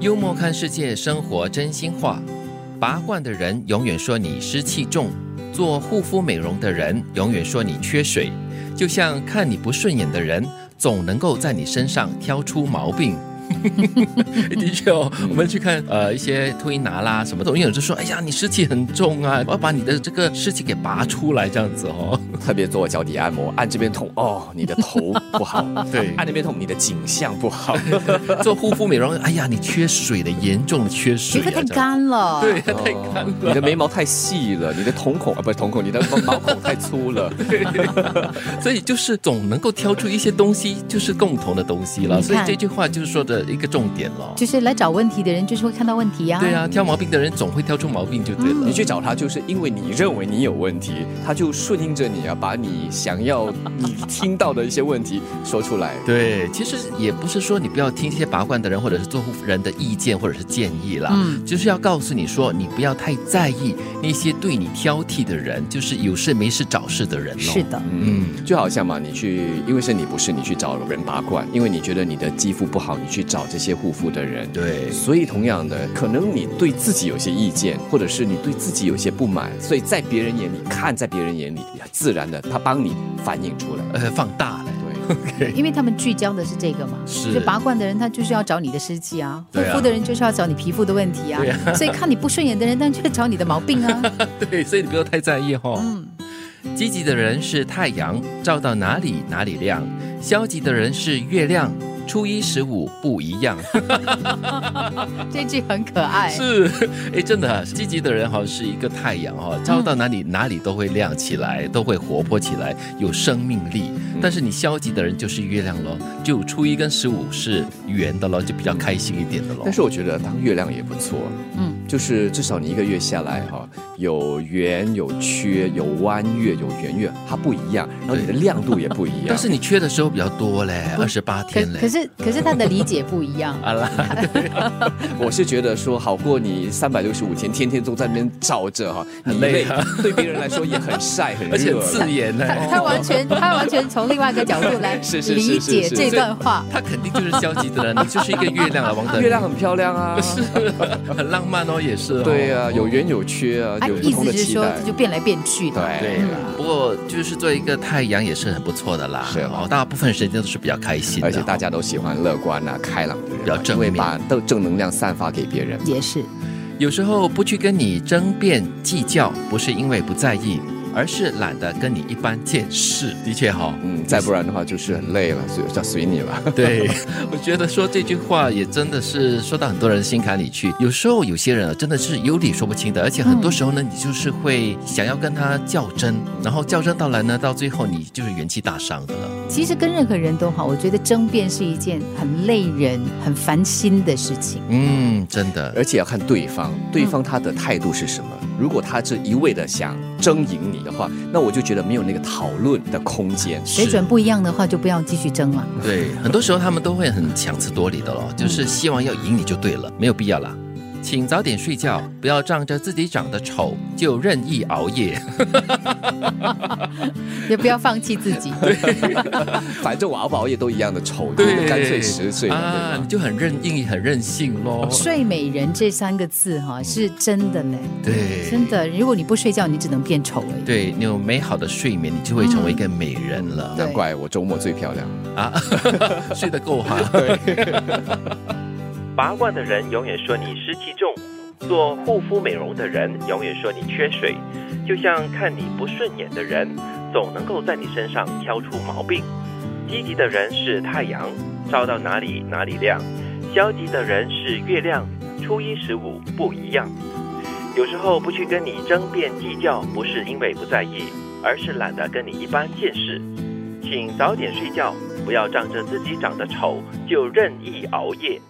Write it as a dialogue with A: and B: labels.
A: 幽默看世界，生活真心话。拔罐的人永远说你湿气重，做护肤美容的人永远说你缺水，就像看你不顺眼的人，总能够在你身上挑出毛病。 的确哦，我们去看呃一些推拿啦什么的，有人就说：“哎呀，你湿气很重啊，我要把你的这个湿气给拔出来。”这样子哦，
B: 特别做脚底按摩，按这边痛哦，你的头 不好；
A: 对
B: 按那边痛，你的颈项不好。
A: 做护肤美容，哎呀，你缺水的，严重的缺水、
C: 你
A: 啊，
C: 可太
A: 这样
C: 干了。
A: 对， 太干了。
B: 你的眉毛太细了，你的瞳孔啊不是瞳孔，你的毛孔太 粗了。
A: 所以就是总能够挑出一些东西，就是共同的东西了。
C: 嗯你看
A: 所以这句话就是说的一个重点了。
C: 就是来找问题的人，就是会看到问题呀、
A: 对，啊，挑毛病的人总会挑出毛病就对
C: 嗯
A: 了。
B: 你去找他，就是因为你认为你有问题，他就顺应着你啊，把你想要你听到的一些问题说出来。
A: 对，其实也不是说你不要听这些拔罐的人或者是做护肤人的意见或者是建议啦，
C: 嗯
A: 就是要告诉你说，你不要太在意那些对你挑剔的人，就是有事没事找事的人咯。
C: 是，的，
B: 嗯，就好像嘛，你去，因为是你不是你去找人拔罐，因为你觉得你的肌肤不好，你去找这些护肤的人。
A: 对，
B: 所以，同样的，可能你对自己有些意见，或者是你对自己有些不满，所以在别人眼里看，在别人眼里，自然的他帮你反映出来。
A: 呃，放大了。
B: 对，
C: 因为他们聚焦的是这个嘛。
A: 是
C: 就拔罐的人，他就是要找你的湿气啊；护
A: 对啊
C: 肤的人就是要找你皮肤的问题啊。
A: 对
C: 所以看你不顺眼的人，但却找你的毛病 啊。
A: 对，所以你不要太在意哈、
C: 嗯，
A: 积极的人是太阳，照到哪里哪里亮；消极的人是月亮，初一十五不一样。
C: 这句很可爱。
A: 是， 哎，真的，积极的人哈是一个太阳哈，
C: 嗯
A: 照到哪里、哪里都会亮起来，都会活泼起来，有生命力。
C: 嗯
A: 但是你消极的人就是月亮咯，就初一跟十五是圆的咯，就比较开心一点的咯
B: 但。是我觉得当月亮也不错。
C: 嗯，
B: 就是至少你一个月下来哈、有圆有缺有弯月有圆月，它不一样，然后你的亮度也不一样。
A: 但是你缺的时候比较多嘞，二十八
C: 可
A: 天
C: 可
A: 嘞。。
C: 是可是他的理解不一样
A: 啊啦，
B: 我是觉得说，好过你三百六十五天天天都在那边照着哈、你
A: 很累
B: 累，
A: 啊
B: 对别人来说也很晒很热，
A: 而且很刺眼嘞。
C: 他完全他完全从另外一个角度来
B: 是是是
C: 理解
B: 是是
C: 这段话。
A: 他肯定就是消极的人，你就是一个月亮啊，王 德。
B: 月亮很漂亮 啊，
A: 是很浪漫哦，也是、哦。
B: 对啊，有圆有缺啊，
C: 啊，
B: 有不
C: 意
B: 同
C: 思
B: 的
C: 是
B: 期
C: 说
B: 待
C: 这。就嗯变来变去的。
B: 对
A: 对啦，不过就是做一个太阳也是很不错的啦。
B: 是啊
A: 哦，大部分时间都是比较开心的，
B: 而且大家都喜欢乐观啊、开朗的人啊，
A: 比较正
B: 因为
A: 面
B: 把正正能量散发给别人。
C: 也是，
A: 有时候不去跟你争辩计较，不是因为不在意，而是懒得跟你一般见识。的确哈、
B: 嗯，再不然的话就是很累了，所以就随你 了。
A: 对，我觉得说这句话也真的是说到很多人心坎里去。有时候有些人啊，真的是有理说不清的，而且很多时候呢，你就是会想要跟他较真，然后较真到来呢，到最后你就是元气大伤的了。
C: 其实跟任何人都好，我觉得争辩是一件很累人、很烦心的事情。
A: 嗯，真的，
B: 而且要看对方，
C: 嗯
B: 对方他的态度是什么。如果他这一味的想争赢你的话，那我就觉得没有那个讨论的空间。
C: 水
A: 是
C: 准不一样的话，就不要继续争了。
A: 对，很多时候他们都会很强词夺理的
C: 嗯
A: 咯，就是希望要赢你就对了，没有必要啦。请早点睡觉，不要仗着自己长得丑就任意熬夜。
C: 也不要放弃自 己。
B: 反正我熬不熬夜都一样的丑，
A: 对，
B: 干脆十岁
A: 啊，
B: 了，
A: 你就很任硬、很任性咯。
C: 睡美人这三个字哈，是真的嘞，
A: 对，
C: 真。的。如果你不睡觉，你只能变丑而已。
A: 对你有美好的睡眠，你就会成为一个美人了、
B: 对吧？难怪我周末最漂亮。
C: 嗯
A: 啊！ 睡得够哈。
D: 拔罐的人永远说你湿气重，做护肤美容的人永远说你缺水，就像看你不顺眼的人，总能够在你身上挑出毛病。积极的人是太阳，照到哪里哪里亮；消极的人是月亮，初一十五不一样。有时候不去跟你争辩计较，不是因为不在意，而是懒得跟你一般见识。请早点睡觉，不要仗着自己长得丑就任意熬夜。